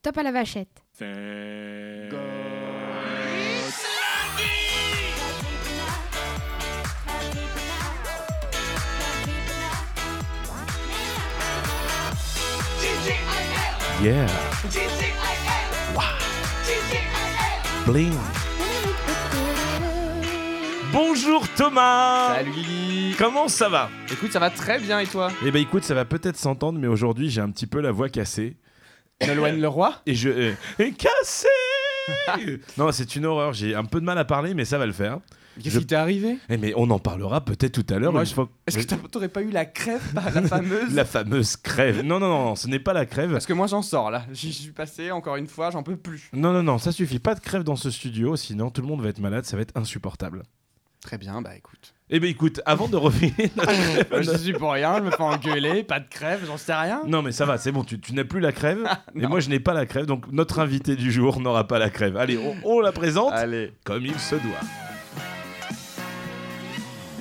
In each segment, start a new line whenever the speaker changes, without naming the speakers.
Stop à la vachette.
Yeah. Bling. Bonjour Thomas.
Salut Lily
Comment ça va
Écoute, ça va très bien et toi
Eh ben écoute, ça va peut-être s'entendre, mais aujourd'hui j'ai un petit peu la voix cassée.
Nolwenn Leroy
Et je. euh, et cassée Non, c'est une horreur. J'ai un peu de mal à parler, mais ça va le faire.
Qu'est-ce
Je-
qui t'est arrivé
Eh, mais on en parlera peut-être tout à l'heure.
Moi,
une
je-
fois-
Est-ce que t'as- t'aurais pas eu la crève, bah, la fameuse
La fameuse crève. Non, non, non, non, ce n'est pas la crève.
Parce que moi j'en sors là, j'y suis passé encore une fois, j'en peux plus.
Non, non, non, ça suffit. Pas de crève dans ce studio, sinon tout le monde va être malade, ça va être insupportable.
Très bien, bah écoute.
Eh ben écoute, avant de revenir.
Moi, je suis pour rien, je me fais engueuler, pas de crève, j'en sais rien.
Non, mais ça va, c'est bon, tu, tu n'as plus la crève. et
Ah, non.
moi, je n'ai pas la crève, donc notre invité du jour n'aura pas la crève. Allez, on, on la présente
Allez.
comme il se doit.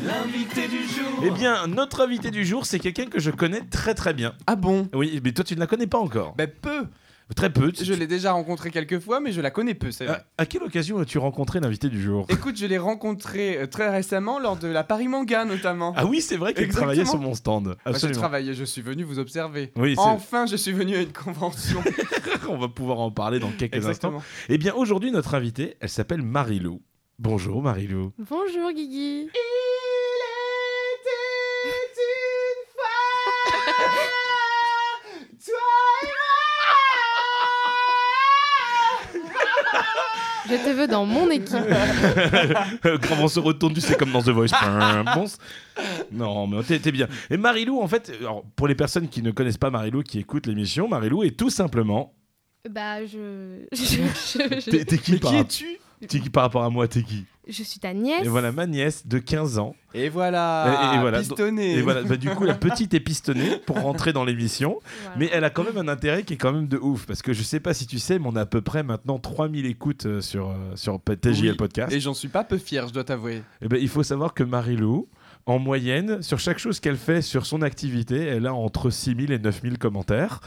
L'invité du jour
Eh bien, notre invité du jour, c'est quelqu'un que je connais très très bien.
Ah bon
Oui, mais toi, tu ne la connais pas encore.
Bah peu
Très peu. tu-
Je l'ai déjà rencontré quelques fois, mais je la connais peu, c'est vrai.
à, à quelle occasion as-tu rencontré l'invité du jour
Écoute, je l'ai rencontré euh, très récemment lors de la Paris Manga notamment.
Ah oui, c'est vrai qu'elle travaillait sur
Exactement.
mon stand.
Moi, j'ai
Absolument.
travaillé, Bah, je suis venu vous observer.
oui, c'est-
Enfin, je suis venu à une convention.
on va pouvoir en parler dans quelques instants.
Exactement.
Eh bien, aujourd'hui, notre invitée, elle s'appelle Marilou. Bonjour Marilou.
Bonjour Guigui. Je te veux dans mon équipe.
Euh, Quand on se retourne, tu sais, comme dans The Voice. Bon, c'est- non, mais t'es t'es bien. Et Marilou, en fait, euh, alors, pour les personnes qui ne connaissent pas Marilou, qui écoutent l'émission, Marilou est tout simplement.
Bah, je. Je, je- je-
T'es t'es qui,
Mais
par
qui es-tu
t'es qui par rapport à moi T'es qui
je suis ta nièce.
Et voilà, ma nièce de 15 ans.
Et voilà,
Et- et- et voilà.
pistonné.
Et voilà, bah, du coup, la petite est pistonnée pour rentrer dans l'émission.
Voilà.
Mais elle a quand même un intérêt qui est quand même de ouf. Parce que je sais pas si tu sais, mais on a à peu près maintenant 3000 écoutes euh, sur, euh, sur TJL
Oui.
Podcast.
Et j'en suis pas peu fier, je dois t'avouer.
Eh ben, il faut savoir que Marilou, en moyenne, sur chaque chose qu'elle fait sur son activité, elle a entre 6000 et 9000 commentaires.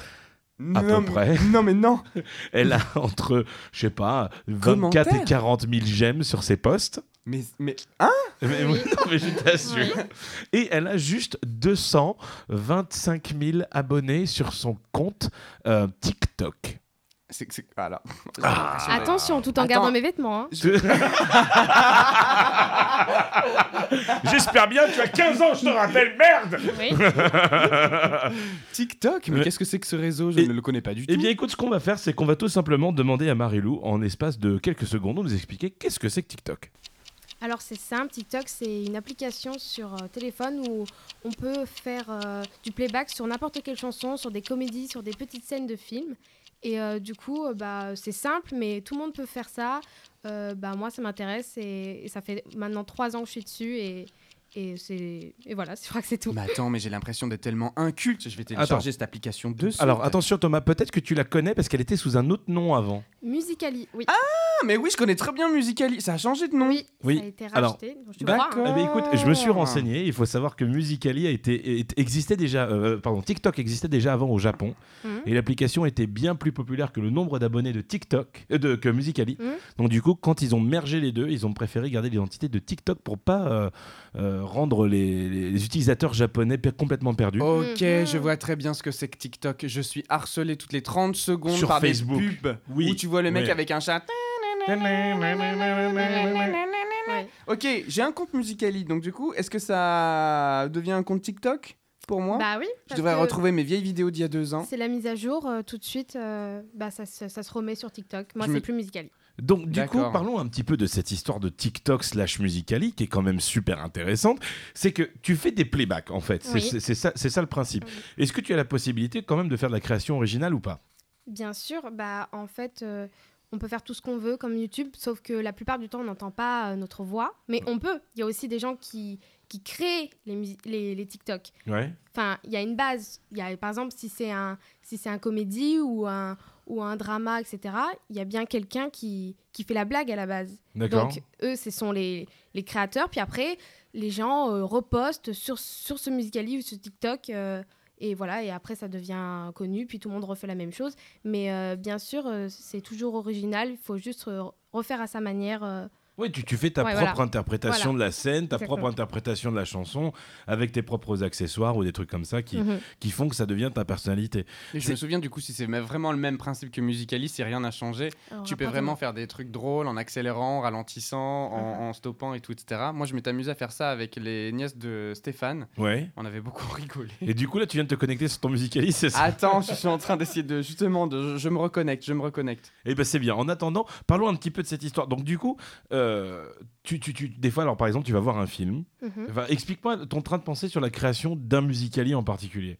non,
peu
mais-
près.
Non, mais non.
Elle a entre, je sais pas, 24
Commentaires
et 40 000 j'aime sur ses posts.
Mais, mais hein
Mais, oui, non, mais je t'assure. Et elle a juste 225 000 abonnés sur son compte euh, TikTok.
C'est que c'est. Voilà.
Ah.
Attention, tout en
Attends.
gardant mes vêtements. hein.
J'espère bien, tu as 15 ans, je te rappelle, merde
Oui.
TikTok Mais
Mais-
qu'est-ce que c'est que ce réseau Je
Et-
ne le connais pas du tout.
Eh bien écoute, ce qu'on va faire, c'est qu'on va tout simplement demander à Marilou, en espace de quelques secondes, de nous expliquer qu'est-ce que c'est que TikTok.
Alors c'est simple, TikTok c'est une application sur euh, téléphone où on peut faire euh, du playback sur n'importe quelle chanson, sur des comédies, sur des petites scènes de films. Et euh, du coup, euh, bah, c'est simple, mais tout le monde peut faire ça. Euh, bah, moi, ça m'intéresse et, et ça fait maintenant trois ans que je suis dessus. Et, et, c'est- et voilà, je crois que c'est tout.
Mais attends, mais j'ai l'impression d'être tellement inculte. Je vais télécharger
Attends.
cette application de suite.
Alors attention Thomas, peut-être que tu la connais parce qu'elle était sous un autre nom avant.
Musicali, oui.
Ah, mais oui, je connais très bien Musicali. Ça a changé de nom.
oui,
oui.
ça a été
Alors,
racheté. donc je te crois, hein.
d'accord.
Eh ben, écoute, je me suis renseigné, il faut savoir que Musicali a été, est- existait déjà, euh, pardon, TikTok existait déjà avant au Japon
Mhm.
et l'application était bien plus populaire que le nombre d'abonnés de TikTok euh, de, que Musicali.
Mhm.
Donc du coup, quand ils ont mergé les deux, ils ont préféré garder l'identité de TikTok pour pas euh, euh, rendre les, les utilisateurs japonais per- complètement perdus.
Ok,
Mhm.
je vois très bien ce que c'est que TikTok. Je suis harcelé toutes les 30 secondes
Sur
par
Facebook.
des pubs
Oui.
où tu vois le mec
Ouais.
avec un chat.
Ouais.
Ok, j'ai un compte Musicali, donc du coup, est-ce que ça devient un compte TikTok pour moi
Bah oui.
Hein Je
parce
devrais
que-
retrouver hein. mes vieilles vidéos d'il y a deux ans.
C'est la mise à jour, euh, tout de suite, euh, bah, ça, se- ça se remet sur TikTok. Moi,
Je
c'est
me-
plus musical.
Donc du coup,
D'accord.
parlons un petit peu de cette histoire de TikTok slash Musicali qui est quand même super intéressante. C'est que tu fais des playbacks en fait. C'est-
Oui.
C'est c'est ça, c'est ça le principe. Est-ce que tu as la possibilité quand même de faire de la création originale ou pas
Bien sûr, bah, en fait, euh, on peut faire tout ce qu'on veut comme YouTube, sauf que la plupart du temps, on n'entend pas euh, notre voix, mais on peut. Il y a aussi des gens qui, qui créent les, musi- les, les TikTok.
Ouais.
Enfin, il y a une base. Il y a, par exemple, si c'est un, si c'est un comédie ou un, ou un drama, etc., il y a bien quelqu'un qui, qui fait la blague à la base.
D'accord.
Donc, eux, ce sont les, les créateurs. Puis après, les gens euh, repostent sur, sur ce Musicali ou sur TikTok. euh, Et voilà, et après, ça devient connu, puis tout le monde refait la même chose. Mais euh, bien sûr, euh, c'est toujours original, il faut juste euh, refaire à sa manière. euh,
Oui, tu, tu fais ta
Ouais,
propre
voilà.
interprétation de la scène, ta
Exactement.
propre interprétation de la chanson, avec tes propres accessoires ou des trucs comme ça qui,
mhm.
qui font que ça devient ta personnalité.
Et je me souviens du coup, si c'est vraiment le même principe que Musicali, si rien n'a changé,
Alors,
tu peux
rapporte-
vraiment faire des trucs drôles en accélérant, en ralentissant, en, en stoppant et tout, etc. Moi, je m'étais amusé à faire ça avec les nièces de Stéphane.
Ouais.
On avait beaucoup rigolé.
Et du coup, là, tu viens de te connecter sur ton musicaliste, c'est ça
Attends, je suis en train d'essayer de justement de je, je me reconnecte, je me reconnecte.
Eh ben c'est bien. En attendant, parlons un petit peu de cette histoire. Donc du coup, euh, tu, tu, tu- des fois, alors par exemple, tu vas voir un film.
Mhm.
Enfin, Explique-moi ton train de pensée sur la création d'un musicali en particulier.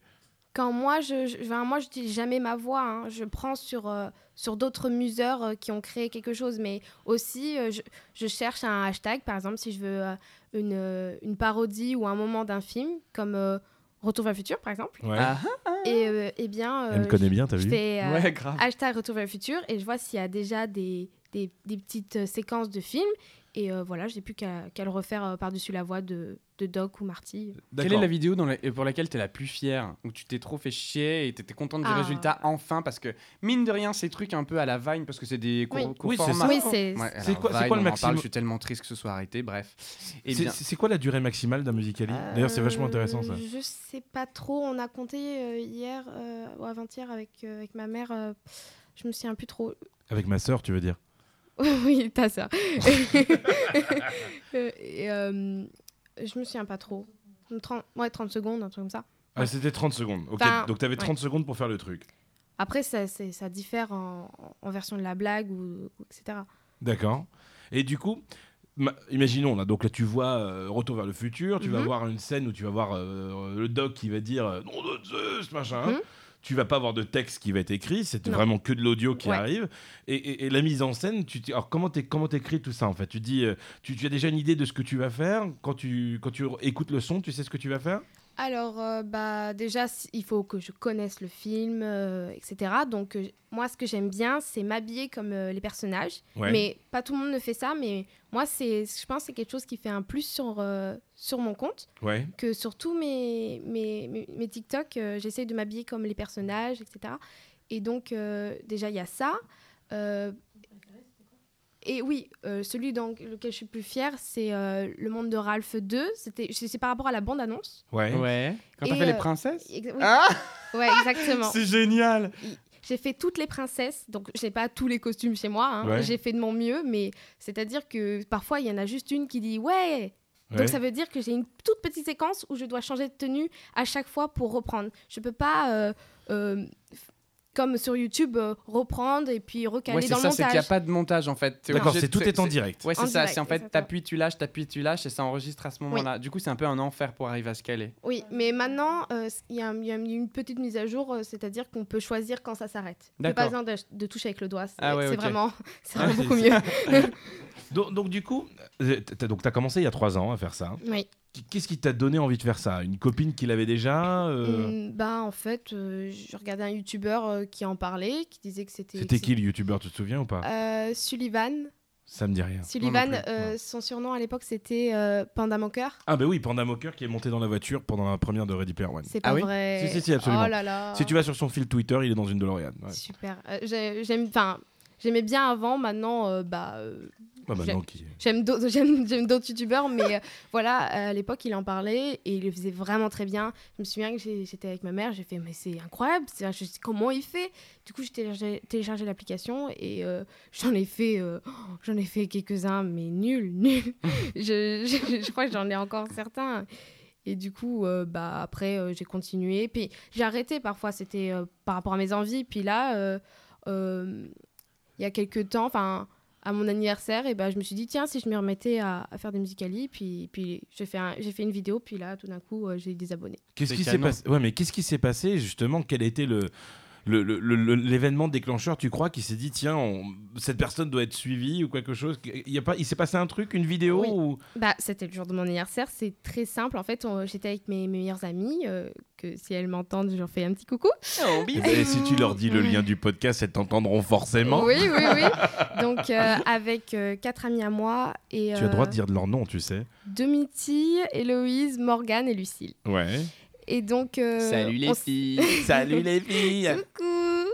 Quand moi, je, je, enfin, moi, j'utilise jamais ma voix. hein. Je prends sur, euh, sur d'autres museurs euh, qui ont créé quelque chose. Mais aussi, euh, je, je cherche un hashtag. Par exemple, si je veux euh, une, euh, une parodie ou un moment d'un film, comme euh, Retour vers le futur, par exemple.
Ouais.
Ah,
Et euh, eh bien, euh,
Elle me connaît bien, t'as
je, je
vu
fais euh,
ouais, grave.
hashtag Retour vers le futur et je vois s'il y a déjà des, des, des petites euh, séquences de films. Et euh, voilà, j'ai plus qu'à qu'à le refaire euh, par-dessus la voix de, de Doc ou Marty.
Quelle est
D'accord.
la vidéo dans la- et pour laquelle t'es la plus fière Où tu t'es trop fait chier et t'étais contente des
Ah.
résultats enfin Parce que, mine de rien, ces trucs un peu à la Vine, parce que c'est des co-
Oui.
co-
Oui, c'est
formats.
ça.
oui, c'est
Ouais,
C'est
alors,
quoi- c'est
Vine,
quoi le
on en
maximum
parle, Je suis tellement triste que ce soit arrêté, bref.
Eh
Et
C'est
bien,
c'est quoi la durée maximale d'un musicali D'ailleurs, c'est vachement intéressant ça.
Euh, Je sais pas trop. On a compté euh, hier euh, ou avant-hier avec, euh, avec ma mère. euh, je me souviens plus trop.
Avec ma sœur, tu veux dire
oui, t'as ça. Euh, et, euh, je me souviens pas trop. 30, ouais, 30 secondes, un truc comme ça.
Ah, c'était 30 secondes. Ok.
Enfin,
Donc t'avais
ouais.
30 secondes pour faire le truc.
Après, ça, c'est- ça diffère en, en version de la blague, ou, ou etc.
D'accord. Et du coup, ma- imaginons, là, donc là tu vois euh, Retour vers le futur, tu vas
Mhm.
voir une scène où tu vas voir euh, le doc qui va dire euh, Nom de Zeus, machin.
Mhm.
Tu vas pas avoir de texte qui va être écrit, c'est
Non.
vraiment que de l'audio qui
Ouais.
arrive. Et, et- et la mise en scène, tu t'es- alors comment t'es- comment t'écris tout ça en fait Tu dis, euh, tu, tu as déjà une idée de ce que tu vas faire quand tu quand tu écoutes le son, tu sais ce que tu vas faire
Alors, euh, bah, déjà, si- il faut que je connaisse le film, euh, etc. Donc, euh, moi, ce que j'aime bien, c'est m'habiller comme euh, les personnages.
Ouais.
Mais pas tout le monde ne fait ça, mais moi, c'est, je pense que c'est quelque chose qui fait un plus sur, euh, sur mon compte
Ouais.
que sur tous mes, mes, mes, mes TikTok, euh, j'essaie de m'habiller comme les personnages, etc. Et donc, euh, déjà, il y a ça. Euh, et oui, euh, celui dans lequel je suis plus fière, c'est euh, Le Monde de Ralph 2. C'était, c'est c'est par rapport à la bande-annonce.
Ouais.
ouais. Quand t'as
Et,
fait les
euh,
princesses
Ex- oui,
Ah,
ouais, exactement.
c'est génial
J'ai fait toutes les princesses, donc j'ai pas tous les costumes chez moi. hein.
Ouais.
J'ai fait de mon mieux, mais c'est-à-dire que parfois il y en a juste une qui dit ouais.
Ouais.
Donc ça veut dire que j'ai une toute petite séquence où je dois changer de tenue à chaque fois pour reprendre. Je peux pas, euh, euh, f- comme sur YouTube, euh, reprendre et puis recaler
Ouais, c'est
dans
ça,
le
c'est qu'il n'y a
montage.
pas de montage en fait. T'es
D'accord, c'est
obligé de-
tout est en direct.
Ouais, c'est
En
ça.
direct,
C'est en fait,
exactement.
t'appuies, tu lâches, t'appuies, tu lâches et ça enregistre à ce moment-là. Du coup, c'est un peu un enfer pour arriver à se caler.
Oui, mais maintenant euh, c- il y, a un- il y a une petite mise à jour, euh, c'est-à-dire qu'on peut choisir quand ça s'arrête. Il n'y a pas besoin de, de toucher avec le doigt. C'est
Ah ouais,
c'est
ok.
vraiment, c'est
Ah,
vraiment
c'est-
beaucoup mieux.
Donc, donc, du coup, euh, t'as- donc t'as commencé il y a trois ans à faire ça.
Oui.
Qu'est-ce qui t'a donné envie de faire ça Une copine qui l'avait déjà euh,
Mm, bah, en fait, euh, je regardais un youtubeur euh, qui en parlait, qui disait que c'était.
C'était
que
qui le youtubeur, tu te souviens ou pas
c'était- Euh, Sullivan.
Ça me dit rien.
Sullivan,
plus,
euh, son surnom à l'époque c'était euh, Panda Moqueur.
Ah bah oui, Panda Mocker qui est monté dans la voiture pendant la première de Ready Player One.
C'est
Ah
pas
oui
vrai.
Si, si, si, absolument.
Oh là là.
Si tu vas sur son fil Twitter, il est dans une DeLorean. Ouais.
Super. Euh, j'ai- j'aime, enfin, j'aimais bien avant. Maintenant, euh, bah, euh,
Ah bah
J'ai-
non, qui-
j'aime d'autres, j'aime, j'aime d'autres youtubeurs, mais euh, voilà, euh, à l'époque, il en parlait et il le faisait vraiment très bien. Je me souviens que j'ai- j'étais avec ma mère, j'ai fait mais c'est incroyable, c'est, je sais comment il fait. Du coup, j'ai téléchargé, téléchargé l'application et euh, j'en ai fait, euh, oh, j'en ai fait quelques-uns, mais nul, nul. je, je- je crois que j'en ai encore certains. Et du coup, euh, bah après, euh, j'ai continué. Puis j'ai arrêté parfois, c'était euh, par rapport à mes envies. Puis là, euh, euh, il y a quelques temps, enfin, à mon anniversaire, et ben je me suis dit, tiens, si je me remettais à, à faire des musicali, puis, puis j'ai fait, un- j'ai fait une vidéo, puis là, tout d'un coup, euh, j'ai eu des abonnés.
Qu'est-ce
C'est
qui s'est
canon.
passé Ouais, mais qu'est-ce qui s'est passé justement Quel était le le- le- le- le- l'événement déclencheur Tu crois qu'il s'est dit tiens, on- cette personne doit être suivie ou quelque chose Il y a pas, il s'est passé un truc, une vidéo
Oui.
ou
Bah, c'était le jour de mon anniversaire, c'est très simple. En fait, on- j'étais avec mes, mes meilleures amies, euh, que si elles m'entendent, je leur fais un petit coucou. Oh,
Eh ben, Si tu leur dis le lien du podcast, elles t'entendront forcément.
Oui, oui, oui. Donc, euh, avec euh, quatre amis à moi et...
Tu as le droit de
euh,
dire leur nom, tu sais.
Domiti, Héloïse, Morgane et Lucille.
Ouais.
Et donc. euh,
Salut
on
les
s-
filles
Salut les filles
Coucou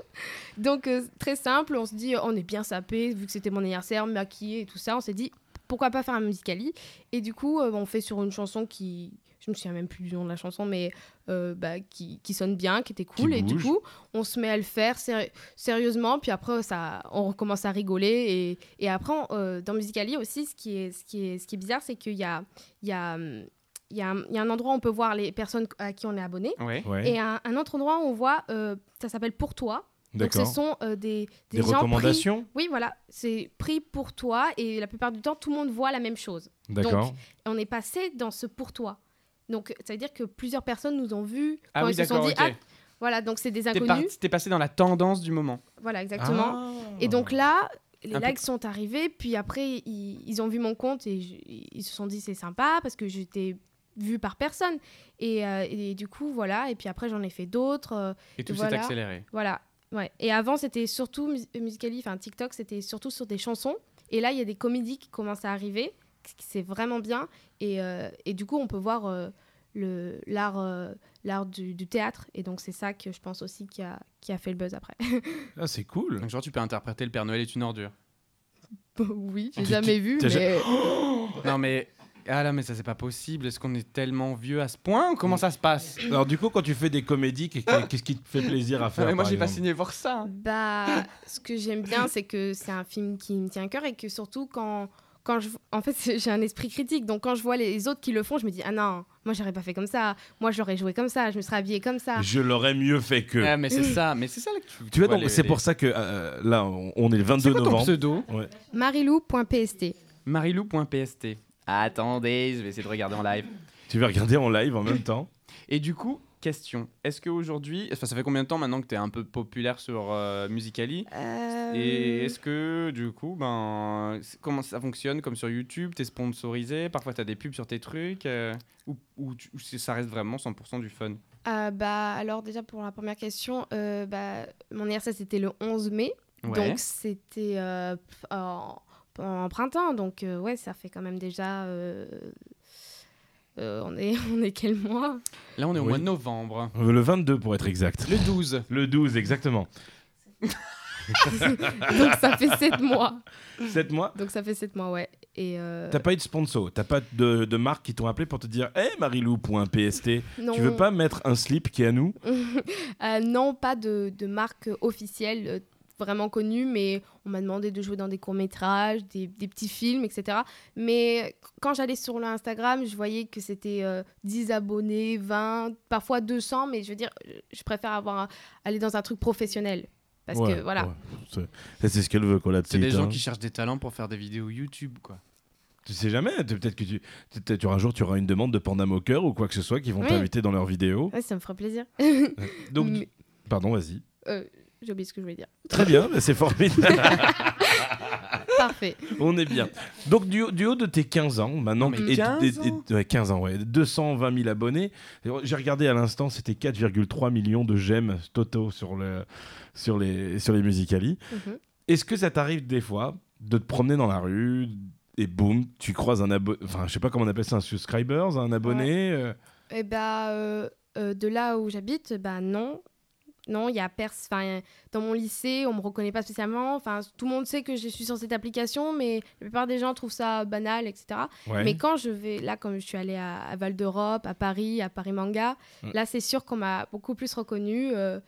Donc euh, très simple, on se dit euh, on est bien sapé vu que c'était mon anniversaire, maquillé et tout ça, on s'est dit pourquoi pas faire un musicali et du coup euh, on fait sur une chanson qui je me souviens même plus du nom de la chanson mais euh, bah, qui, qui sonne bien, qui était cool
Qui
et du
bouge.
coup on se met à le faire séri- sérieusement puis après ça on recommence à rigoler et, et après on- euh, dans musicali aussi ce qui est ce qui est ce qui est bizarre c'est qu'il y a il y a hum, il y a un- il y a un endroit où on peut voir les personnes à qui on est abonné
Ouais.
Ouais,
et un, un autre endroit où on voit, euh, ça s'appelle Pour toi. Donc ce
d'accord.
sont euh, des,
Des,
gens
recommandations
Pris, oui, voilà, c'est pris pour toi et la plupart du temps, tout le monde voit la même chose.
D'accord.
Et on est passé dans ce pour toi. Donc ça veut dire que plusieurs personnes nous ont vus
Ah
quand
oui,
ils se sont
d'accord,
dit
ok.
ah voilà donc c'est des
T'es
inconnus.
parti- t'es passé dans la tendance du moment.
Voilà exactement.
Ah.
Et donc là. Les
Un peu-
likes sont arrivés, puis après ils, ils ont vu mon compte et je- ils se sont dit c'est sympa parce que j'étais vue par personne. Et, euh, et du coup voilà, et puis après j'en ai fait d'autres. euh,
Et tout s'est
Voilà.
accéléré.
Voilà. Ouais. Et avant, c'était surtout mus- euh, Musically, enfin TikTok, c'était surtout sur des chansons. Et là, il y a des comédies qui commencent à arriver. c- C'est vraiment bien. Et, euh, et du coup, on peut voir euh, le- l'art euh, l'art du, du théâtre. Et donc, c'est ça que je pense aussi qui a, qui a fait le buzz après.
Ah, c'est cool.
Donc, genre, tu peux interpréter le Père Noël est une ordure.
oui, j'ai
T'es-
jamais vu,
t'as
mais
Non, mais. Ah là, mais ça, c'est pas possible. Est-ce qu'on est tellement vieux à ce point Comment ça se passe
Alors du coup, quand tu fais des comédies, qu'est- qu'est- qu'est-ce qui te fait plaisir à faire
Ah, Mais Moi,
par
j'ai pas
exemple
signé pour ça.
bah, ce que j'aime bien, c'est que c'est un film qui me tient à cœur et que surtout quand. Quand je, en fait, j'ai un esprit critique, donc quand je vois les autres qui le font, je me dis ah non, moi j'aurais pas fait comme ça, moi je l'aurais joué comme ça, je me serais habillée comme ça.
Je l'aurais mieux fait que.
Ah, mais c'est ça, mais c'est ça là que tu.
Euh. Tu vois, donc,
les-
c'est
les-
pour ça que euh, là, on on est le 22
C'est quoi ton
novembre.
pseudo
marilou.pst.
Marilou.pst. Attendez, je vais essayer de regarder en live.
Tu vas regarder en live en même temps.
Et du coup, question. Est-ce qu'aujourd'hui. Enfin, ça fait combien de temps maintenant que t'es un peu populaire sur euh, Musicali
Euh,
Et est-ce que du coup, ben, c'est- comment ça fonctionne Comme sur YouTube, t'es sponsorisé, parfois t'as des pubs sur tes trucs, euh, ou, ou tu- ou c'est- ça reste vraiment 100% du fun
Euh, bah, alors déjà pour la première question, euh, bah, mon anniversaire c'était le 11 mai, donc c'était euh, pf- en, en printemps, donc euh, ouais ça fait quand même déjà... euh, euh, on, est, on est quel mois
Là, on est au
Oui.
mois de novembre.
Euh, Le 22 pour être exact.
Le 12.
Le 12 exactement.
Donc ça fait 7 mois.
7 mois.
Donc ça fait 7 mois, ouais. Et euh,
T'as pas eu de sponsor, t'as pas de, de marque qui t'ont appelé pour te dire "Eh, Hé Marilou.pst,
non,
tu veux pas mettre un slip qui est à nous
euh, Non, pas de, de marque officielle euh, vraiment connue, mais on m'a demandé de jouer dans des courts-métrages, des, des petits films, etc. Mais quand j'allais sur l'Instagram, je voyais que c'était euh, 10 abonnés, 20, parfois 200, mais je veux dire, je préfère avoir un- aller dans un truc professionnel. Parce
Ouais,
que voilà.
ouais. C'est- ça, C'est ce qu'elle veut, quoi, la
C'est
petite.
des gens
hein.
qui cherchent des talents pour faire des vidéos YouTube, quoi.
Tu sais jamais, t- peut-être que tu, peut-être un jour tu auras une demande de Panda Moqueur ou quoi que ce soit qui vont
Oui.
t'inviter dans leur vidéo.
Ouais, ça me ferait plaisir.
Donc,
Mais-
pardon, vas-y.
euh, J'ai oublié ce que je voulais dire.
Très bien, bah, c'est formidable.
Parfait.
On est bien. Donc, du, du haut de tes 15 ans, maintenant,
Mais 15 ans
ouais, 15 ans, ouais, 220 000 abonnés. Et J'ai regardé à l'instant, c'était 4,3 millions de j'aime totaux sur, le, sur les, sur les Musicali.
Mhm.
Est-ce que ça t'arrive des fois de te promener dans la rue et boum, tu croises un abonné, enfin, je sais pas comment on appelle ça, un subscriber, un abonné euh,
Eh bah, euh, euh, de là où j'habite, bah non. Non, il y a pers enfin, dans mon lycée, on me reconnaît pas spécialement. Enfin, tout le monde sait que je suis sur cette application, mais la plupart des gens trouvent ça banal, etc.
ouais.
Mais quand je vais, là, comme je suis allée à, à Val d'Europe, à Paris, à Paris Manga,
Mm.
là, c'est sûr qu'on m'a beaucoup plus reconnue. euh,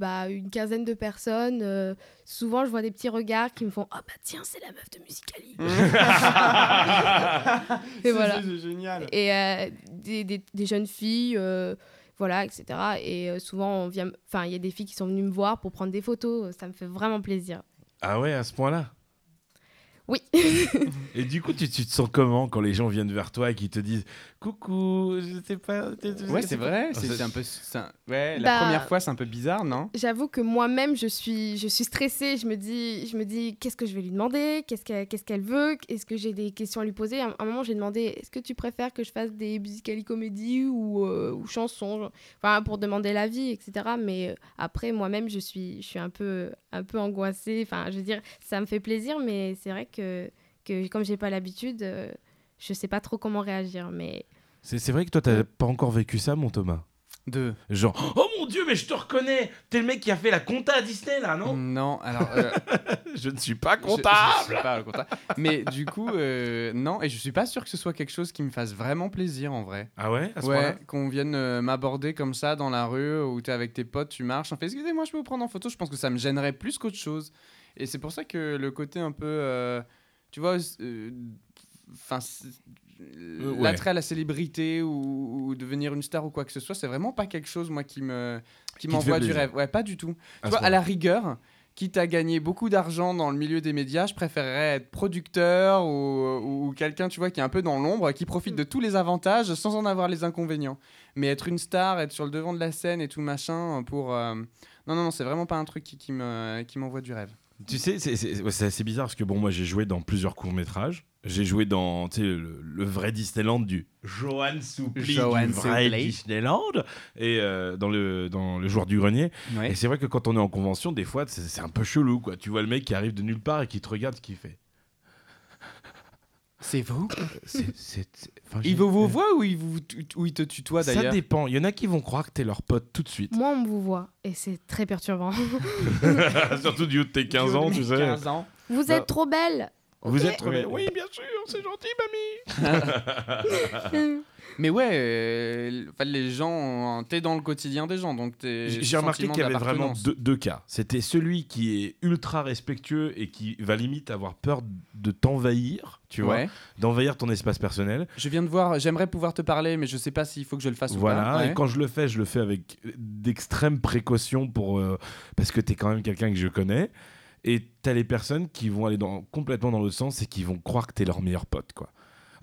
bah, une quinzaine de personnes. euh, souvent, je vois des petits regards qui me font Oh, bah tiens, c'est la meuf de Musicali. Et voilà.
C'est génial.
et euh, des, des- des jeunes filles, euh, voilà, etc. Et euh, souvent, on vient, m- enfin, il y a des filles qui sont venues me voir pour prendre des photos. Ça me fait vraiment plaisir.
Ah ouais, à ce point-là
Oui.
et du coup, tu, tu te sens comment quand les gens viennent vers toi et qu'ils te disent Coucou, je sais pas.
Ouais, c'est vrai.
Ah,
C'est
ça-
c'est un peu. c'est un- Ouais, la
Bah-
première fois, c'est un peu bizarre, non
J'avoue que moi-même, je suis, je suis stressée. Je me dis, je me dis, qu'est-ce que je vais lui demander Qu'est-ce qu'elle, qu'est-ce qu'elle veut Est-ce que j'ai des questions à lui poser À un moment, j'ai demandé, est-ce que tu préfères que je fasse des musicali comédies ou, euh, ou chansons genre Enfin, pour demander l'avis, etc. Mais euh, après, moi-même, je suis, je suis un peu, un peu angoissée. Enfin, je veux dire, ça me fait plaisir, mais c'est vrai que, que comme j'ai pas l'habitude, euh, je sais pas trop comment réagir. Mais
C'est c'est vrai que toi, t'as pas encore vécu ça, mon Thomas
Deux.
Genre, oh mon dieu, mais je te reconnais T'es le mec qui a fait la compta à Disney, là, non
Non, alors. euh,
Je ne suis pas
je- je
comptable
suis pas comptable. Mais du coup, euh, non, et je suis pas sûr que ce soit quelque chose qui me fasse vraiment plaisir en vrai.
Ah ouais à ce
Ouais,
point-là
qu'on vienne euh, m'aborder comme ça dans la rue où t'es avec tes potes, tu marches, on fait excusez-moi, je peux vous prendre en photo. Je pense que ça me gênerait plus qu'autre chose. Et c'est pour ça que le côté un peu, euh, tu vois, euh, enfin,
Euh, ouais.
l'attrait à la célébrité ou, ou devenir une star ou quoi que ce soit, c'est vraiment pas quelque chose moi qui me, qui
te
m'envoie
fait
du
plaisir.
rêve. Ouais, pas du tout.
À
Tu
ce
vois, à
moment-là.
la rigueur, quitte à gagner beaucoup d'argent dans le milieu des médias, je préférerais être producteur ou, ou- ou quelqu'un, tu vois, qui est un peu dans l'ombre, qui profite de tous les avantages sans en avoir les inconvénients. Mais être une star, être sur le devant de la scène et tout machin pour... euh, Non, non, non, c'est vraiment pas un truc qui, qui me- qui m'envoie du rêve.
Tu sais, c'est- c'est ouais, c'est assez bizarre parce que bon, moi j'ai joué dans plusieurs courts-métrages. J'ai joué dans tu sais, le, le vrai Disneyland du Johan Soupli,
Johan
du vrai
Soupli.
Disneyland, et euh, dans, le, dans le joueur du grenier. Et
Et-
c'est vrai que quand on est en convention, des fois c'est c'est un peu chelou quoi. Tu vois le mec qui arrive de nulle part et qui te regarde, qui fait.
C'est vous
euh, c'est- c'est- c'est- enfin, j'ai-
Il vous, vous voit ou il, vous, ou il te tutoie
Ça
d'ailleurs
dépend. Il y en a qui vont croire que t'es leur pote tout de suite.
Moi, on vous voit et c'est très perturbant.
Ah, Surtout du haut de tes 15 ans, tu sais.
15 ans.
Vous
Bah-
êtes trop belle
Vous êtes.
Ok.
Oui, bien sûr, c'est gentil, mamie.
Mais ouais, euh, enfin, les gens, t'es dans le quotidien des gens, donc t'es...
J'ai
ce
j'ai remarqué
Euh, sentiment
qu'il y avait vraiment
d'appartenance.
deux, deux cas. C'était celui qui est ultra respectueux et qui va limite avoir peur de t'envahir, tu vois,
Ouais.
d'envahir ton espace personnel.
Je viens de voir, j'aimerais pouvoir te parler, mais je sais pas s'il faut que je le fasse ou
voilà.
pas. Ouais.
Et quand je le fais, je le fais avec d'extrême précaution pour euh, parce que t'es quand même quelqu'un que je connais. Et t'as les personnes qui vont aller dans, complètement dans l'autre sens et qui vont croire que t'es leur meilleur pote, quoi.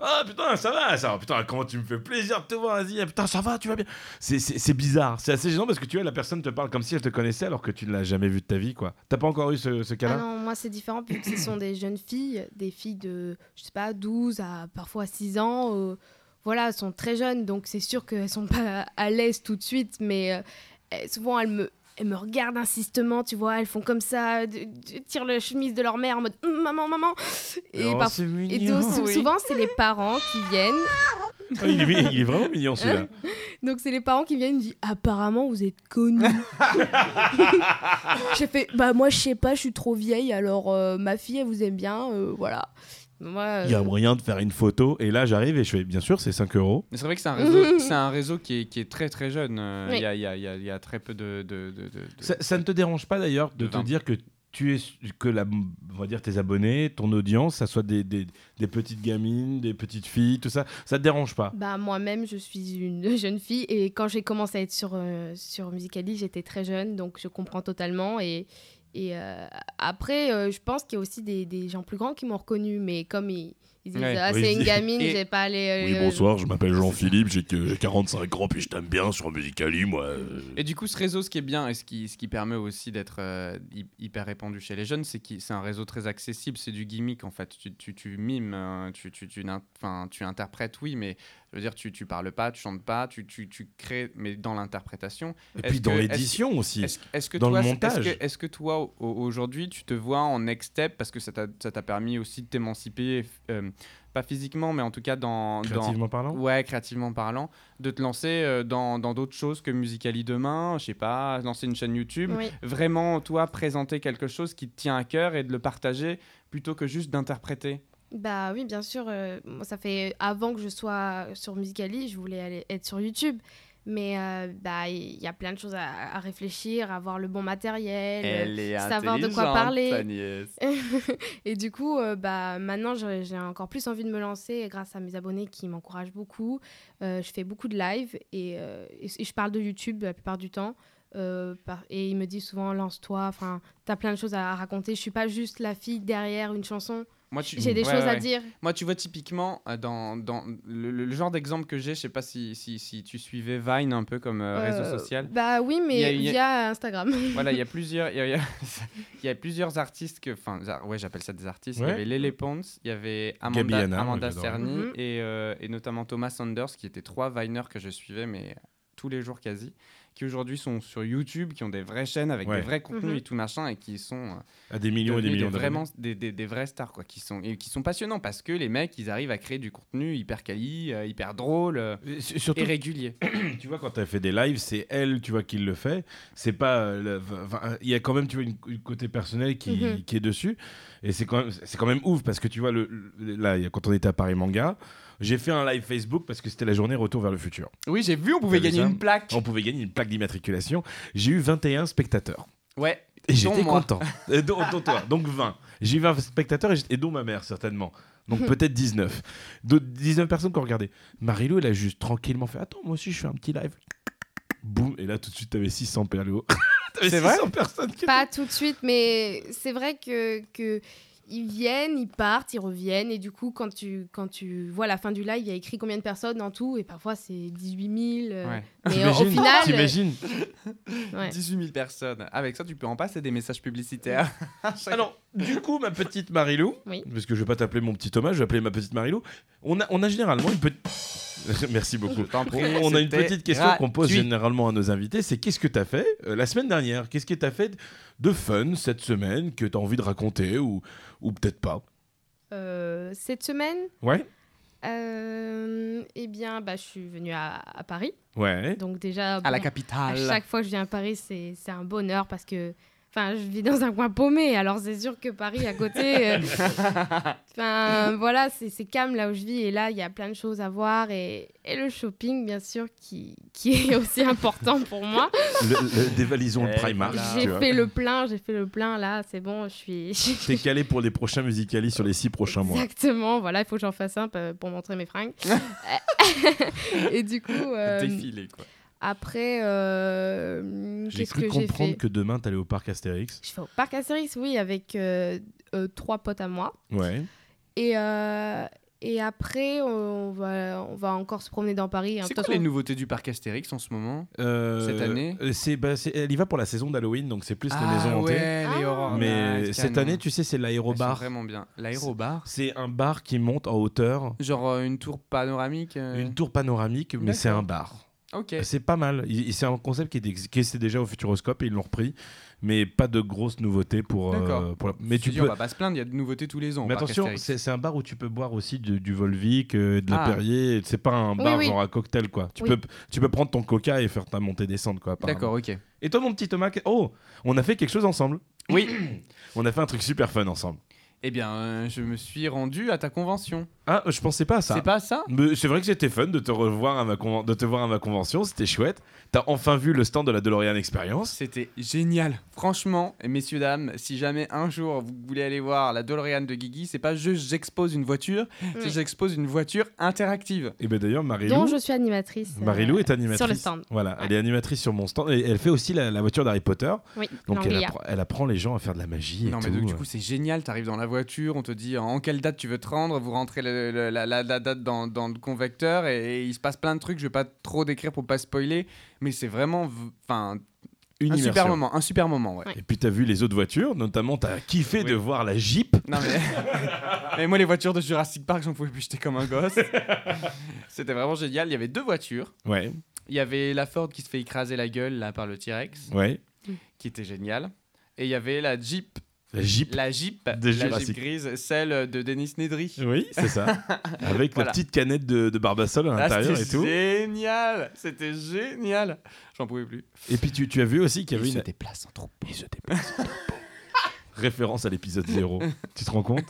Ah putain, ça va, ça va. Putain, comment tu me fais plaisir de te voir, vas-y. Ah, Putain, ça va, tu vas bien. C'est- C'est c'est bizarre, c'est assez gênant parce que tu vois, la personne te parle comme si elle te connaissait alors que tu ne l'as jamais vue de ta vie, quoi. T'as pas encore eu ce, ce
Ah
cas-là
non, moi c'est différent puisque ce sont des jeunes filles, des filles de, je sais pas, 12 à parfois 6 ans. euh, voilà, elles sont très jeunes, donc c'est sûr qu'elles sont pas à l'aise tout de suite, mais euh, elles- souvent elles me, elles me regardent insistement, tu vois, elles font comme ça, de- de- tirent la chemise de leur mère en mode Hum, maman, maman. Et,
Oh,
par-
c'est
et
mignon.
donc, sou-
oui.
souvent c'est les parents qui viennent,
Ah, il, est, il est vraiment mignon celui-là.
donc c'est les parents qui viennent, ils disent apparemment vous êtes connus. J'ai fait bah moi je sais pas, je suis trop vieille, alors euh, ma fille elle vous aime bien, euh, voilà. Moi, euh,
Il y a moyen de faire une photo et là j'arrive et je fais bien sûr c'est 5 euros.
Mais c'est vrai que c'est un réseau, c'est un réseau qui, est, qui est très très jeune. euh, Il
Oui.
y, a, il y a- il y a- il y a très peu de. de, de- de- de-
Ça, ça ne te dérange pas d'ailleurs de
De
te
vingt.
dire que tu es que la, on va dire tes abonnés, ton audience, ça soit des, des, des petites gamines, des petites filles, tout ça, ça te dérange pas
Bah moi-même, je suis une jeune fille et quand j'ai commencé à être sur, euh, sur Musicali, j'étais très jeune, donc je comprends totalement. Et, et euh, après, euh, je pense qu'il y a aussi des, des gens plus grands qui m'ont reconnue, mais comme ils, ils disent
Ouais.
Ah,
Oui,
c'est une
c'est-
gamine,
Et- euh,
j'ai pas les. euh,
Oui,
les-
bonsoir, je m'appelle Jean-Philippe, j'ai que- j'ai 45 ans, puis je t'aime bien sur Musicali, moi. euh,
Et du coup, ce réseau, ce qui est bien et ce qui, ce qui permet aussi d'être euh, hy- hyper répandu chez les jeunes, c'est que c'est un réseau très accessible. C'est du gimmick en fait. Tu, tu, tu mimes, euh, tu, tu, tu, n'in- enfin, tu interprètes, oui, mais je veux dire, tu, tu parles pas, tu chantes pas, tu, tu, tu crées, mais dans l'interprétation.
Et
Est-ce
puis dans
que- est-ce-
l'édition aussi.
Est-ce est-ce que,
Dans
toi,
le
c'est- est-ce
montage.
que, est-ce que toi, au- aujourd'hui, tu te vois en next step parce que ça t'a ça t'a permis aussi de t'émanciper, euh, pas physiquement, mais en tout cas dans, dans,
Créativement parlant
Ouais, créativement parlant, de te lancer euh, dans dans d'autres choses que Musicali demain, je sais pas, lancer une chaîne YouTube.
Oui.
Vraiment, toi, présenter quelque chose qui te tient à cœur et de le partager plutôt que juste d'interpréter.
Bah oui, bien sûr. euh, moi, ça fait avant que je sois sur Musicali, je voulais aller être sur YouTube. Mais euh, bah, il y a plein de choses à, à réfléchir, à avoir le bon matériel. euh,
est
savoir de quoi
intelligente,
parler.
Agnès.
Et du coup, euh, bah, maintenant, j'ai j'ai encore plus envie de me lancer grâce à mes abonnés qui m'encouragent beaucoup. Euh, je fais beaucoup de live et, euh, et- et je parle de YouTube la plupart du temps. Euh, par- et ils me disent souvent lance-toi, enfin, t'as plein de choses à, à raconter. Je suis pas juste la fille derrière une chanson.
Moi, Ah, tu-
J'ai des
Ouais,
choses à
ouais.
dire.
Moi, tu vois, typiquement, euh, dans, dans le, le- le genre d'exemple que j'ai, je sais pas si, si, si tu suivais Vine un peu comme euh, réseau
Euh,
social.
Bah oui, mais
Il y a- il y a-
via Instagram.
voilà, il y a plusieurs, il y a- il y a- il y a plusieurs artistes que, enfin, za- ouais, j'appelle ça des artistes. Il
Ouais.
y avait Lele Pons, il y avait Amanda,
Gabi Hanna,
Amanda
moi, j'adore.
Cerny
Mhm.
et, euh, et notamment Thomas Sanders, qui étaient trois Viners que je suivais, mais tous les jours quasi, qui aujourd'hui sont sur YouTube, qui ont des vraies chaînes avec
Ouais.
des vrais contenus
Mhm.
et tout machin, et qui sont euh,
À des millions et des
devenus
millions d'abonnés.
vraiment des, des, des vraies stars quoi, qui sont et qui sont passionnants parce que les mecs ils arrivent à créer du contenu hyper quali, euh, hyper drôle euh,
Et s-
et
Surtout,
régulier.
tu vois, quand elle fait des lives, c'est elle, tu vois, qui le fait. C'est pas. euh, le- enfin, Il y a quand même, tu vois, une, une côté personnel qui,
Mhm.
qui est dessus. Et c'est quand, même- c'est quand même ouf parce que tu vois, le, le- là, il y a- quand on était à Paris Manga, j'ai fait un live Facebook parce que c'était la journée Retour vers le futur.
Oui, j'ai vu, on pouvait
T'as vu
gagner
ça
une plaque.
On pouvait gagner une plaque d'immatriculation. J'ai eu 21 spectateurs.
Ouais.
Et
Dont
j'étais
moi.
content. Euh, dont, dont toi. Donc 20. J'ai eu 20 spectateurs et, j'étais- et dont ma mère, certainement. Donc peut-être 19. D'autres 19 personnes qui ont regardé. Marilou, elle a juste tranquillement fait Attends, moi aussi, je fais un petit live. Boum. Et là, tout de suite, t'avais 600 perlots. t'avais
C'est vrai
600 personnes qui.
Pas tout de suite, mais c'est vrai que, que ils viennent, ils partent, ils reviennent. Et du coup, quand tu, quand tu vois la fin du live, il y a écrit combien de personnes en tout. Et parfois, c'est 18 000. euh,
Ouais.
Mais euh, au final.
T'imagines
euh, ouais.
18 000 personnes. Avec ça, tu peux en passer des messages publicitaires.
Alors, du coup, ma petite Marilou,
Oui.
parce que je vais pas t'appeler mon petit Thomas, je vais appeler ma petite Marilou. On a, on a généralement une petite. Merci beaucoup. On on a une petite question qu'on pose généralement à nos invités, c'est qu'est-ce que tu as fait euh, la semaine dernière Qu'est-ce que tu as fait de fun cette semaine que tu as envie de raconter ou, ou peut-être pas
Euh, cette semaine,
Ouais
euh, eh bien, bah, je suis venue à, à Paris.
Ouais.
Donc, déjà.
à la
bon,
capitale.
À chaque fois que je viens à Paris, c'est c'est un bonheur parce que. Enfin, je vis dans un coin paumé, alors c'est sûr que Paris à côté. euh, Enfin, voilà, c'est c'est calme là où je vis et là, il y a plein de choses à voir et, et le shopping, bien sûr, qui, qui est aussi important pour moi.
Le- le- dévalisons le
Eh,
Primark.
voilà.
tu
J'ai
vois.
fait le plein, j'ai fait le plein là, c'est bon, je suis.
T'es calé pour les prochains Musicali sur les six prochains mois.
Exactement, voilà, il faut que j'en fasse un pa- pour montrer mes fringues. et du coup, euh,
Défilé, quoi.
après, euh,
J'ai
qu'est-ce
cru
que j'ai
comprendre
fait
que demain t'allais au parc Astérix.
Je vais au parc Astérix, oui, avec euh, euh, trois potes à moi.
Ouais.
Et, euh, et après, on va, on va encore se promener dans Paris. hein. De
C'est
toute
quoi les
façon,
nouveautés du parc Astérix en ce moment
Euh,
Cette année
euh, c'est, bah, c'est- Elle y va pour la saison d'Halloween, donc c'est plus les maisons hantées.
ouais, les
Ah.
horreurs.
Mais
nice,
cette
canon.
année, tu sais, c'est
Elles sont
l'aérobar.
vraiment bien. L'aérobar
C'est un bar qui monte en hauteur,
Genre euh, une tour panoramique euh,
une tour panoramique, mais
D'accord.
c'est un bar.
Ok.
C'est pas mal. Il- il- C'est un concept qui, est- qui existait déjà au Futuroscope et ils l'ont repris, mais pas de grosses nouveautés pour. euh,
D'accord.
pour la- Mais
Je
tu
dis,
peux.
On va pas se plaindre, il y a de nouveautés tous les ans. au
Mais
parc
attention,
Astérix.
c'est c'est un bar où tu peux boire aussi du, du Volvic, euh, de la
Ah.
Perrier. C'est pas un
Oui,
bar
oui.
genre à cocktail quoi. Tu
Oui.
peux tu peux prendre ton Coca et faire ta montée descente quoi. apparemment.
D'accord, ok.
Et toi mon petit Thomas, que- oh, on a fait quelque chose ensemble.
Oui.
On a fait un truc super fun ensemble.
Eh bien, euh, je me suis rendu à ta convention.
Ah, je pensais pas à ça.
C'est pas ça
Mais c'est vrai que c'était fun de te revoir à ma conven- de te voir à ma convention, c'était chouette. T'as enfin vu le stand de la DeLorean Experience.
C'était génial. Franchement, et messieurs, dames, si jamais un jour vous voulez aller voir la DeLorean de Guigui, c'est pas juste j'expose une voiture, c'est
Oui.
j'expose une voiture interactive.
Et ben d'ailleurs Marilou.
dont je suis animatrice. euh,
Marilou est animatrice.
sur le stand.
Voilà,
Ouais.
elle est animatrice sur mon stand et elle fait aussi la, la voiture d'Harry Potter.
Oui,
Donc elle,
l'Anglia.
appre- elle apprend les gens à faire de la magie
non,
et
mais
tout. euh.
donc, du coup, c'est génial. T'arrives dans la voiture, on te dit en quelle date tu veux te rendre, vous rentrez le- le- la, la- la date dans, dans le convecteur et, et il se passe plein de trucs. Je vais pas trop décrire pour pas spoiler, mais c'est vraiment v- enfin,
Une
un super
immersion.
moment. Un super moment, ouais.
Ouais.
Et puis t'as vu les autres voitures, notamment t'as kiffé
Oui.
de voir la Jeep.
Non mais... mais moi les voitures de Jurassic Park j'en pouvais plus j'étais comme un gosse. C'était vraiment génial. Il y avait deux voitures.
Ouais,
Il y avait la Ford qui se fait écraser la gueule là par le T-Rex,
ouais.
qui était génial. Et il y avait la Jeep,
La Jeep.
la Jeep,
De
la
Jurassic.
Jeep grise, celle de Denis Nedry.
Oui, c'est ça. Avec
Voilà.
la petite canette de, de Barbasol à
Ah,
l'intérieur et
c'était
tout.
génial, c'était génial. J'en pouvais plus.
Et puis tu, tu as vu aussi qu'il y avait une
déplace en troupe. Il se
référence à l'épisode 0. tu te rends compte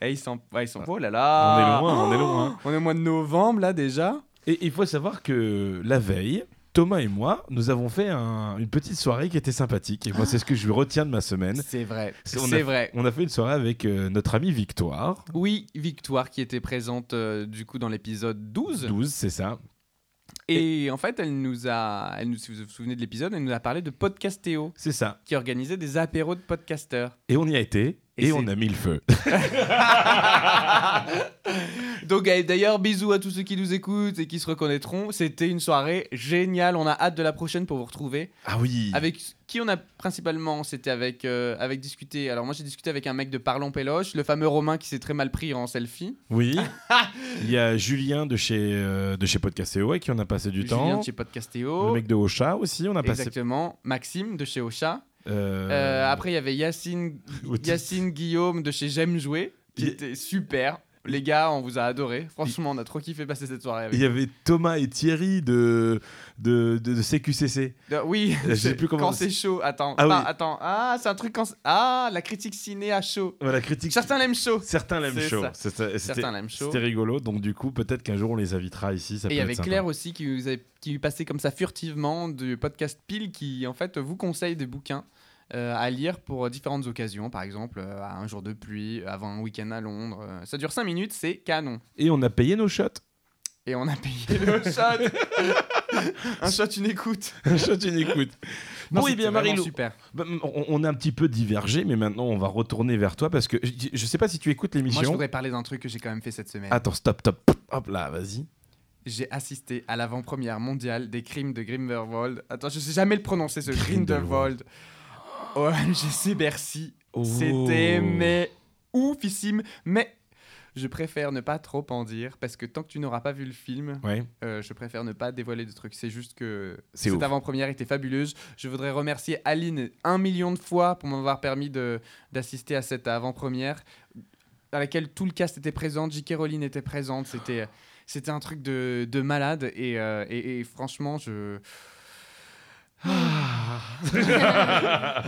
Et ils sont, ouais, ils sont beaux oh là là.
Ah.
Oh,
On est loin, on est loin.
On est au mois de novembre là déjà.
Et il faut savoir que la veille, Thomas et moi, nous avons fait un- une petite soirée qui était sympathique. Et moi, c'est ce que je retiens de ma semaine.
C'est vrai,
C'est- on a-
c'est vrai.
On a fait une soirée avec euh, notre amie Victoire.
Oui, Victoire qui était présente euh, du coup dans l'épisode 12.
12, c'est ça.
Et en fait, elle nous a, elle nous, si vous vous souvenez de l'épisode, elle nous a parlé de Podcastéo,
C'est ça.
qui organisait des apéros de podcasteurs.
Et on y a été. Et,
c'est-
on a mis le feu.
Donc euh, d'ailleurs, bisous à tous ceux qui nous écoutent et qui se reconnaîtront. C'était une soirée géniale. On a hâte de la prochaine pour vous retrouver.
Ah oui.
Avec qui on a principalement C'était avec, euh, avec discuté. Alors moi j'ai discuté avec un mec de Parlons Péloche, le fameux Romain qui s'est très mal pris en selfie.
Oui. Il y a Julien de chez, euh, de chez Podcast CO avec qui on a passé du
Julien
temps.
de chez Podcastéo.
Le mec de Ocha aussi, on a passé.
Exactement. Maxime de chez Ocha.
euh,
Euh, après il y avait Yacine,
Autiste.
Yacine Guillaume de chez J'aime jouer, qui
Il-
était super. Les gars, on vous a adoré. Franchement, on a trop kiffé passer cette soirée avec.
Il y avait Thomas et Thierry de, de, de, de CQCC.
Euh, Oui,
Je sais
c'est-
plus comment
quand
c'est-
c'est chaud. Attends,
Ah
pas-
oui.
attends. Ah, c'est un truc quand. c'est- Ah, la critique ciné à chaud.
Voilà, critique.
Certains l'aiment chaud.
Certains l'aiment
C'est
chaud.
ça.
C'était- c'était-
Certains l'aiment chaud.
C'était rigolo, donc du coup, peut-être qu'un jour on les invitera ici. Ça
Et il
peut
y
être
avait
sympa.
Claire aussi qui vous avait- qui passait comme ça furtivement du podcast Pile qui en fait vous conseille des bouquins euh, à lire pour différentes occasions, par exemple euh, à un jour de pluie, euh, avant un week-end à Londres. Euh, Ça dure 5 minutes, c'est canon.
Et on a payé nos shots.
Et on a payé le shot. un shot, une écoute. eh
Un shot, une écoute.
Non,
Bon, et
c'était
bien,
vraiment
Marilou,
Super.
bah, on, on a un petit peu divergé, mais maintenant on va retourner vers toi parce que je, je sais pas si tu écoutes
Moi, je
l'émission.
voudrais parler d'un truc que j'ai quand même fait cette semaine.
Attends, stop, stop. Hop là, vas-y.
J'ai assisté à l'avant-première mondiale des crimes de Grindelwald. Attends, je sais jamais le prononcer, ce Grindelwald. OMG, c'est Bercy.
Oh.
C'était mais oufissime. Mais je préfère ne pas trop en dire parce que tant que tu n'auras pas vu le film,
Ouais.
euh, je préfère ne pas dévoiler de trucs. C'est juste que
C'est
cette
ouf.
avant-première était fabuleuse. Je voudrais remercier Aline un million de fois pour m'avoir permis de- d'assister à cette avant-première dans laquelle tout le cast était présent, J.K. Rowling était présente. C'était c'était un truc de, de malade et, euh, et- et franchement, je. Ah.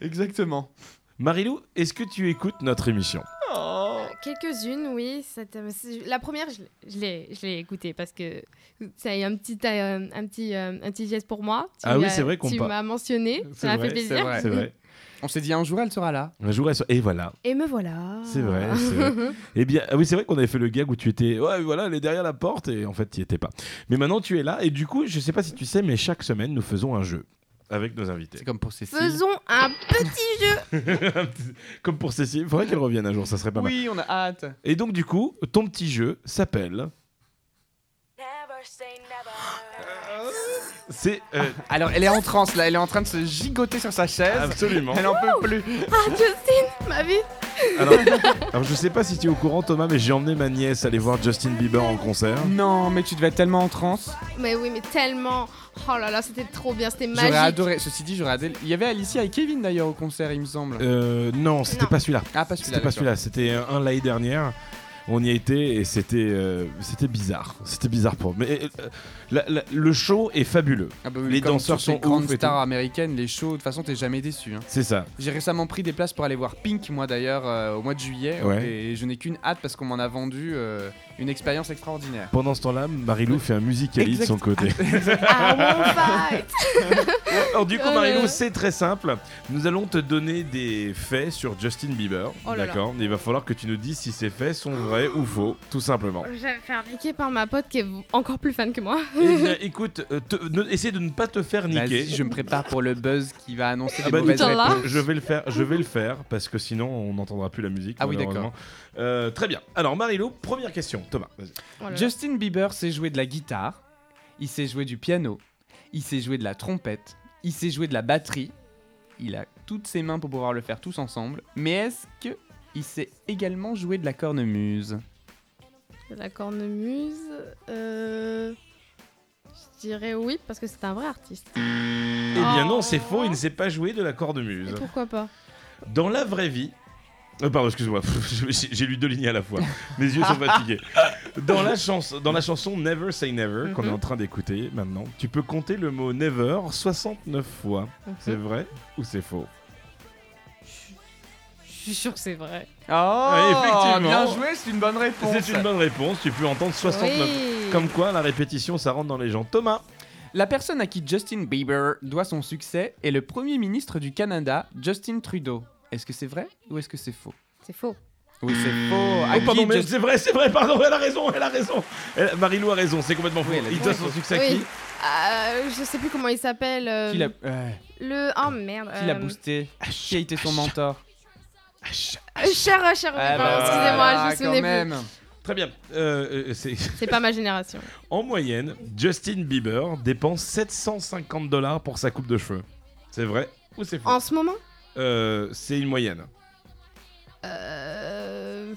Exactement.
Marilou, est-ce que tu écoutes notre émission
Quelques-unes, oui. cette- euh, c'est- la première, je l'ai- je l'ai, je l'ai écoutée parce que c'est un petit, euh, un petit, euh, un petit geste pour moi. Tu
Ah oui,
l'as-
c'est vrai qu'on
Tu
par-
m'as mentionné,
C'est
ça m'a
vrai,
fait
c'est
plaisir.
vrai.
C'est vrai. Bah,
On s'est dit un jour elle sera là.
Un jour, elle sort- et voilà.
Et me voilà.
C'est vrai, c'est vrai. Eh bien, ah oui, c'est vrai qu'on avait fait le gag où tu étais. Ouais, voilà, elle est derrière la porte et en fait, tu étais pas. Mais maintenant, tu es là et du coup, je sais pas si tu sais, mais chaque semaine, nous faisons un jeu avec nos
C'est
invités.
comme pour Cécile.
Faisons un petit jeu.
Comme pour Cécile, faudrait qu'elle revienne un jour, ça serait pas mal.
Oui, on a hâte.
Et donc, du coup, ton petit jeu s'appelle.
Never say never.
C'est euh,
Alors, elle est en transe là, elle est en train de se gigoter sur sa
Ah,
chaise.
absolument.
Elle en peut plus.
Ah, Justine, ma vie.
Alors, alors, je sais pas si tu es au courant, Thomas, mais j'ai emmené ma nièce aller voir Justin Bieber en concert.
Non, mais tu devais être tellement en transe.
Mais oui, mais tellement. Oh là là, c'était trop bien, c'était magique.
J'aurais adoré. Ceci dit, j'aurais adoré. Il y avait Alicia et Kevin d'ailleurs au concert, il me semble.
Euh, non, c'était
Non.
pas celui-là.
ah, pas celui-là.
C'était pas celui-là, c'était un un l'année dernière. On y a été et c'était euh, c'était bizarre. C'était bizarre pour. Mais euh, la- la- le show est fabuleux.
d'accord. Ah bah
Les
comme
danseurs
toutes
sont
les grandes
ouf et
stars américaines, les shows. De toute façon, t'es jamais déçu. hein.
C'est ça.
J'ai récemment pris des places pour aller voir Pink, moi d'ailleurs, euh, au mois de juillet.
Ouais.
Et je n'ai qu'une hâte parce qu'on m'en a vendu euh, une expérience extraordinaire.
Pendant ce temps-là, Marilou fait un musicali de son côté.
Ah, mon fight.
Alors du coup,
Euh.
Marilou, c'est très simple. Nous allons te donner des faits sur Justin Bieber.
Oh là là.
D'accord. Il va falloir que tu nous dises si ces faits sont vrais ou faux, tout simplement.
J'avais fait niquer par ma pote qui est encore plus fan que moi.
Eh bien, écoute, euh, te- ne- essaie de ne pas te faire niquer.
Vas-y, je me prépare pour le buzz qui va annoncer
Ah
les
bah,
mauvaises
Inch'Allah.
réponses.
Ah.
Je vais le faire, je vais le faire parce que sinon on n'entendra plus la musique.
Ah oui,
malheureusement. Euh, très bien. Alors Marilou, première question. Thomas, vas-y.
Oh là là.
Justin Bieber sait jouer de la guitare, il sait jouer du piano, il sait jouer de la trompette, il sait jouer de la batterie. Il a toutes ses mains pour pouvoir le faire tous ensemble. Mais est-ce que il sait également jouer de la cornemuse
La cornemuse. euh, Je dirais oui parce que c'est un vrai artiste.
Eh bien non, c'est faux. Il ne sait pas jouer de la cornemuse.
Et pourquoi pas
Dans la vraie vie. Euh, pardon, excuse-moi, j'ai j'ai lu deux lignes à la fois. Mes yeux sont fatigués. Dans la, chanson, dans la chanson Never Say Never, qu'on est en train d'écouter maintenant, tu peux compter le mot never 69 fois. C'est vrai ou c'est faux
Je suis sûre que c'est vrai.
Oh,
Ouais, effectivement.
bien joué, c'est une bonne réponse.
C'est une bonne réponse, tu peux entendre 69
Oui.
Comme quoi, la répétition, ça rentre dans les gens. Thomas,
La personne à qui Justin Bieber doit son succès est le Premier ministre du Canada, Justin Trudeau. Est-ce que c'est vrai ou est-ce que c'est faux
C'est faux.
Oui, c'est faux. À
Oh,
qui
pardon, mais
Justin-
c'est vrai, c'est vrai, pardon, elle a raison, elle a raison. Elle- Marilou a raison, c'est complètement fou.
Oui, elle a
Il
dit
doit
faux.
son succès à
Oui.
qui
Euh, je sais plus comment il s'appelle. euh,
Qui l'a- ouais.
Le. Oh merde.
Qui l'a
euh,
boosté Qui a été son mentor
Cher, cher, cher.
Ah
pardon,
bah,
excusez-moi,
voilà,
je me
quand
souvenais plus.
même.
Très bien. Euh, euh, c'est-
C'est pas ma génération.
en moyenne, Justin Bieber dépense 750 dollars pour sa coupe de cheveux. C'est vrai ou c'est faux
En ce moment
Euh, C'est une moyenne.
Euh,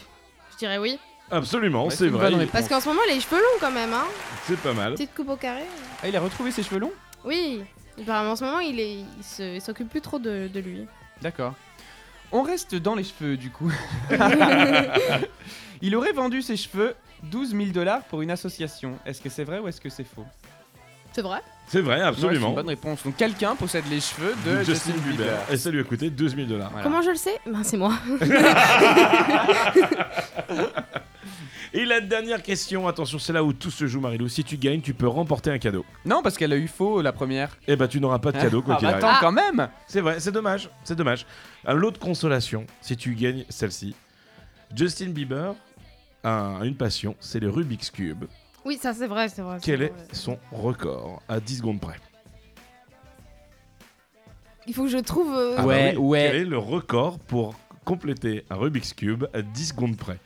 Je dirais oui.
Absolument,
Ouais, c'est
c'est
une
vrai.
bonne réponse.
Parce qu'en ce moment, les cheveux longs quand même, hein.
C'est pas mal.
Petite coupe au carré.
Ah, il a retrouvé ses cheveux longs
Oui. Apparemment, en ce moment, il est, il se- il s'occupe plus trop de, de lui.
D'accord. On reste dans les cheveux du coup. il aurait vendu ses cheveux 12 000 dollars pour une association. Est-ce que c'est vrai ou est-ce que c'est faux
C'est vrai
C'est vrai,
Ouais, c'est
absolument.
une bonne réponse. Donc quelqu'un possède les cheveux de
Justin, Bieber. Et ça lui a coûté 12 000 dollars.
Voilà.
Comment je le sais Ben, c'est moi.
Et la dernière question, attention, c'est là où tout se joue, Marilou. Si tu gagnes, tu peux remporter un cadeau.
Non, parce qu'elle a eu faux la première.
Eh ben, tu n'auras pas de cadeau, quoi
Ah,
qu'il
bah,
arrive.
Attends, quand même
C'est vrai, c'est dommage, c'est dommage. Un lot de consolation, si tu gagnes celle-ci. Justin Bieber a une passion, c'est le Rubik's Cube.
Oui, ça, c'est vrai, c'est vrai. c'est
Quel est
vrai.
son record à 10 secondes près
Il faut que je trouve. euh,
Ah bah
Ouais,
oui,
ouais.
Quel est le record pour compléter un Rubik's Cube à 10 secondes près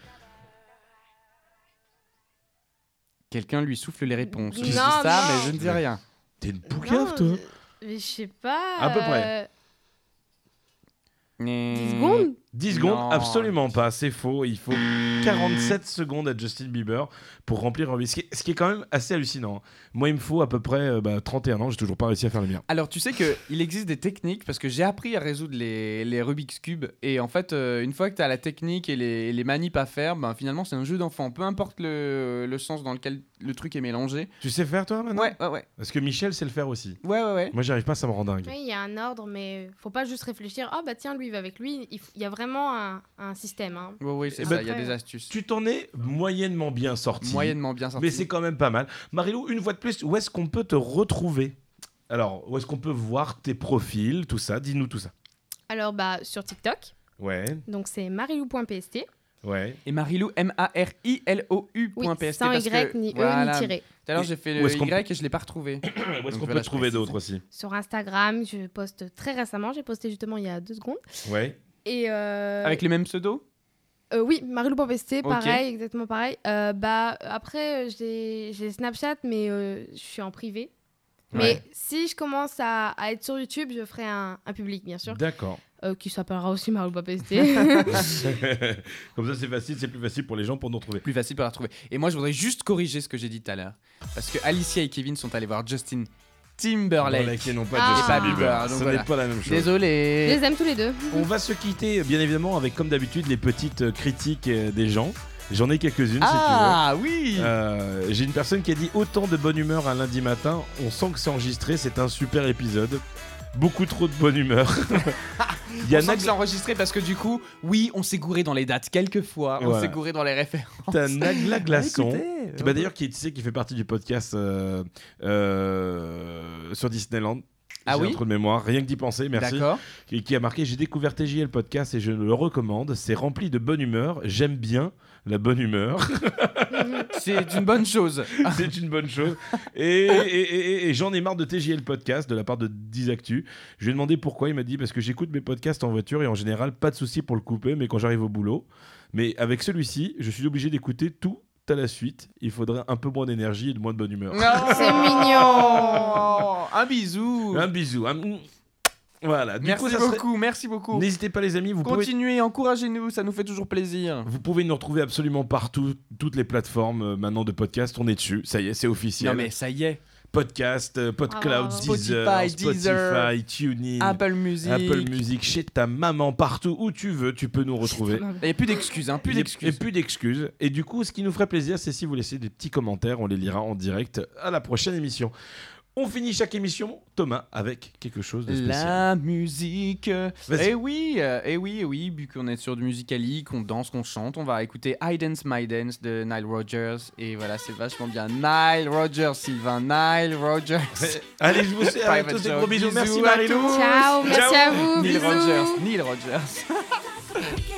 Quelqu'un lui souffle les réponses.
Non,
je dis ça,
non.
mais je ne dis rien.
T'es une
non,
poucave, toi
euh, Mais je sais pas.
À peu
euh,
près. Hmm.
Mmh.
10 secondes
10 secondes
Non.
Absolument pas, c'est faux. Il faut 47 secondes à Justin Bieber pour remplir Rubik's Cube, ce qui est quand même assez hallucinant. hein. Moi, il me faut à peu près euh, bah, 31 ans, j'ai toujours pas réussi à faire le mien.
Alors tu sais qu'il existe des techniques parce que j'ai appris à résoudre les, les Rubik's Cube et en fait euh, une fois que tu as la technique et les, les manips à faire, ben, finalement c'est un jeu d'enfant, peu importe le, le sens dans lequel le truc est mélangé.
Tu sais faire,
Ah
toi, maintenant
Ouais, ouais, ouais,
Parce que Michel sait le faire aussi.
ouais, ouais, ouais.
Moi, j'arrive pas, ça me rend dingue.
Oui, il y a un ordre, mais faut pas juste réfléchir. Ah, bah tiens, lui, il va avec lui. Il f- il y a vraiment un, un système. hein.
Ouais, ouais, c'est
Eh
ça,
ben,
il y a
après,
des astuces.
Tu t'en es moyennement bien sorti.
Moyennement bien sorti.
Mais c'est quand même pas mal. Marilou, une fois de plus, où est-ce qu'on peut te retrouver Alors, où est-ce qu'on peut voir tes profils, tout ça Dis-nous tout ça.
Alors, bah, sur TikTok,
Ouais,
donc c'est marilou.pst.
ouais.
Et Marilou, M-A-R-I-L-O-U.
Oui,
point PST,
sans
parce que-
Y, ni E,
Voilà.
ni tiré.
Tout à l'heure j'ai fait
Où
le
est-ce qu'on
Y et je l'ai pas retrouvé.
Ah, Où est-ce
Donc
qu'on peut
voilà,
te trouver
je précise.
d'autres aussi
Sur Instagram, je poste très récemment. J'ai posté justement il y a deux secondes.
Ouais.
Et euh,
Avec les mêmes pseudos
euh, oui, marilou.pst,
Ok.
pareil, exactement pareil. Euh, bah, après, euh, j'ai j'ai Snapchat, mais euh, je suis en privé.
Ouais.
Mais si je commence à, à être sur YouTube, je ferai un, un public, bien sûr,
D'accord.
euh, qui s'appellera aussi marilou.pst.
Comme ça, c'est facile, c'est plus facile pour les gens pour nous retrouver.
plus facile pour la retrouver. Et moi, je voudrais juste corriger ce que j'ai dit tout à l'heure. Parce que Alicia et Kevin sont allés voir Justin Timberlake.
et non pas
Ah.
Justin
Et pas
Bieber.
Bieber, donc
Ce
voilà.
n'est pas la même chose.
Je
Désolé.
les aime tous les deux.
On va se quitter, bien évidemment, avec comme d'habitude les petites euh, critiques euh, des gens. J'en ai quelques-unes si tu veux.
Ah oui
Euh, J'ai une personne qui a dit autant de bonne humeur un lundi matin, on sent que c'est enregistré, c'est un super épisode. Beaucoup trop de bonne humeur. Il y
on
a
sent que c'est
Nag-
enregistré parce que du coup, oui, on s'est gouré dans les dates quelquefois, on
Voilà.
s'est gouré dans les références.
t'as Nagla Glaçon.
Ah, Écoutez, euh,
qui- bah, D'ailleurs, qui, tu sais, qui fait partie du podcast euh, euh, sur Disneyland.
Ah
J'ai
oui
un trou de mémoire, rien que d'y penser, merci.
D'accord.
Et qui a marqué J'ai découvert TJ le podcast et je le recommande. C'est rempli de bonne humeur. J'aime bien la bonne humeur.
C'est une bonne chose.
C'est une bonne chose. Et, et- et- et- et j'en ai marre de TJL Podcast de la part de 10 Actu. Je lui ai demandé pourquoi. Il m'a dit parce que j'écoute mes podcasts en voiture et en général, pas de souci pour le couper, mais quand j'arrive au boulot. Mais avec celui-ci, je suis obligé d'écouter tout à la suite. Il faudrait un peu moins d'énergie et de moins de bonne humeur.
C'est mignon.
Un bisou.
Un bisou. un mou. Voilà. Du
Merci
coup, ça serait-
beaucoup, merci beaucoup.
N'hésitez pas, les amis. Vous pouvez,
Continuez, encouragez-nous, ça nous fait toujours plaisir.
vous pouvez nous retrouver absolument partout. Toutes les plateformes euh, maintenant de podcast, on est dessus. Ça y est, c'est officiel.
Non mais ça y est,
Podcast, euh, PodCloud,
Bravo.
Deezer,
Ah, Spotify, Deezer,
Spotify, TuneIn,
Apple Music.
Apple Music, chez ta maman, partout où tu veux, tu peux nous retrouver.
Il n'y a plus d'excuses, hein, plus
Il y a-
d'excuses.
Et plus d'excuses. Et du coup, ce qui nous ferait plaisir, c'est si vous laissez des petits commentaires, on les lira en direct à la prochaine émission. On finit chaque émission, Thomas, avec quelque chose de spécial.
La musique.
Vas-y.
Eh oui, euh, eh oui, eh oui, vu qu'on est sur du musicali, qu'on danse, qu'on chante, on va écouter I Dance My Dance de Nile Rodgers. Et voilà, c'est vachement bien. Nile Rodgers, Sylvain, Nile Rodgers.
Allez, je vous fais à
Private
tous des
Joke.
gros bisous. Merci
Bisous à
Marilou.
tous.
Ciao, merci à vous.
Neil
bisous.
Rodgers, Neil Rodgers.
Take it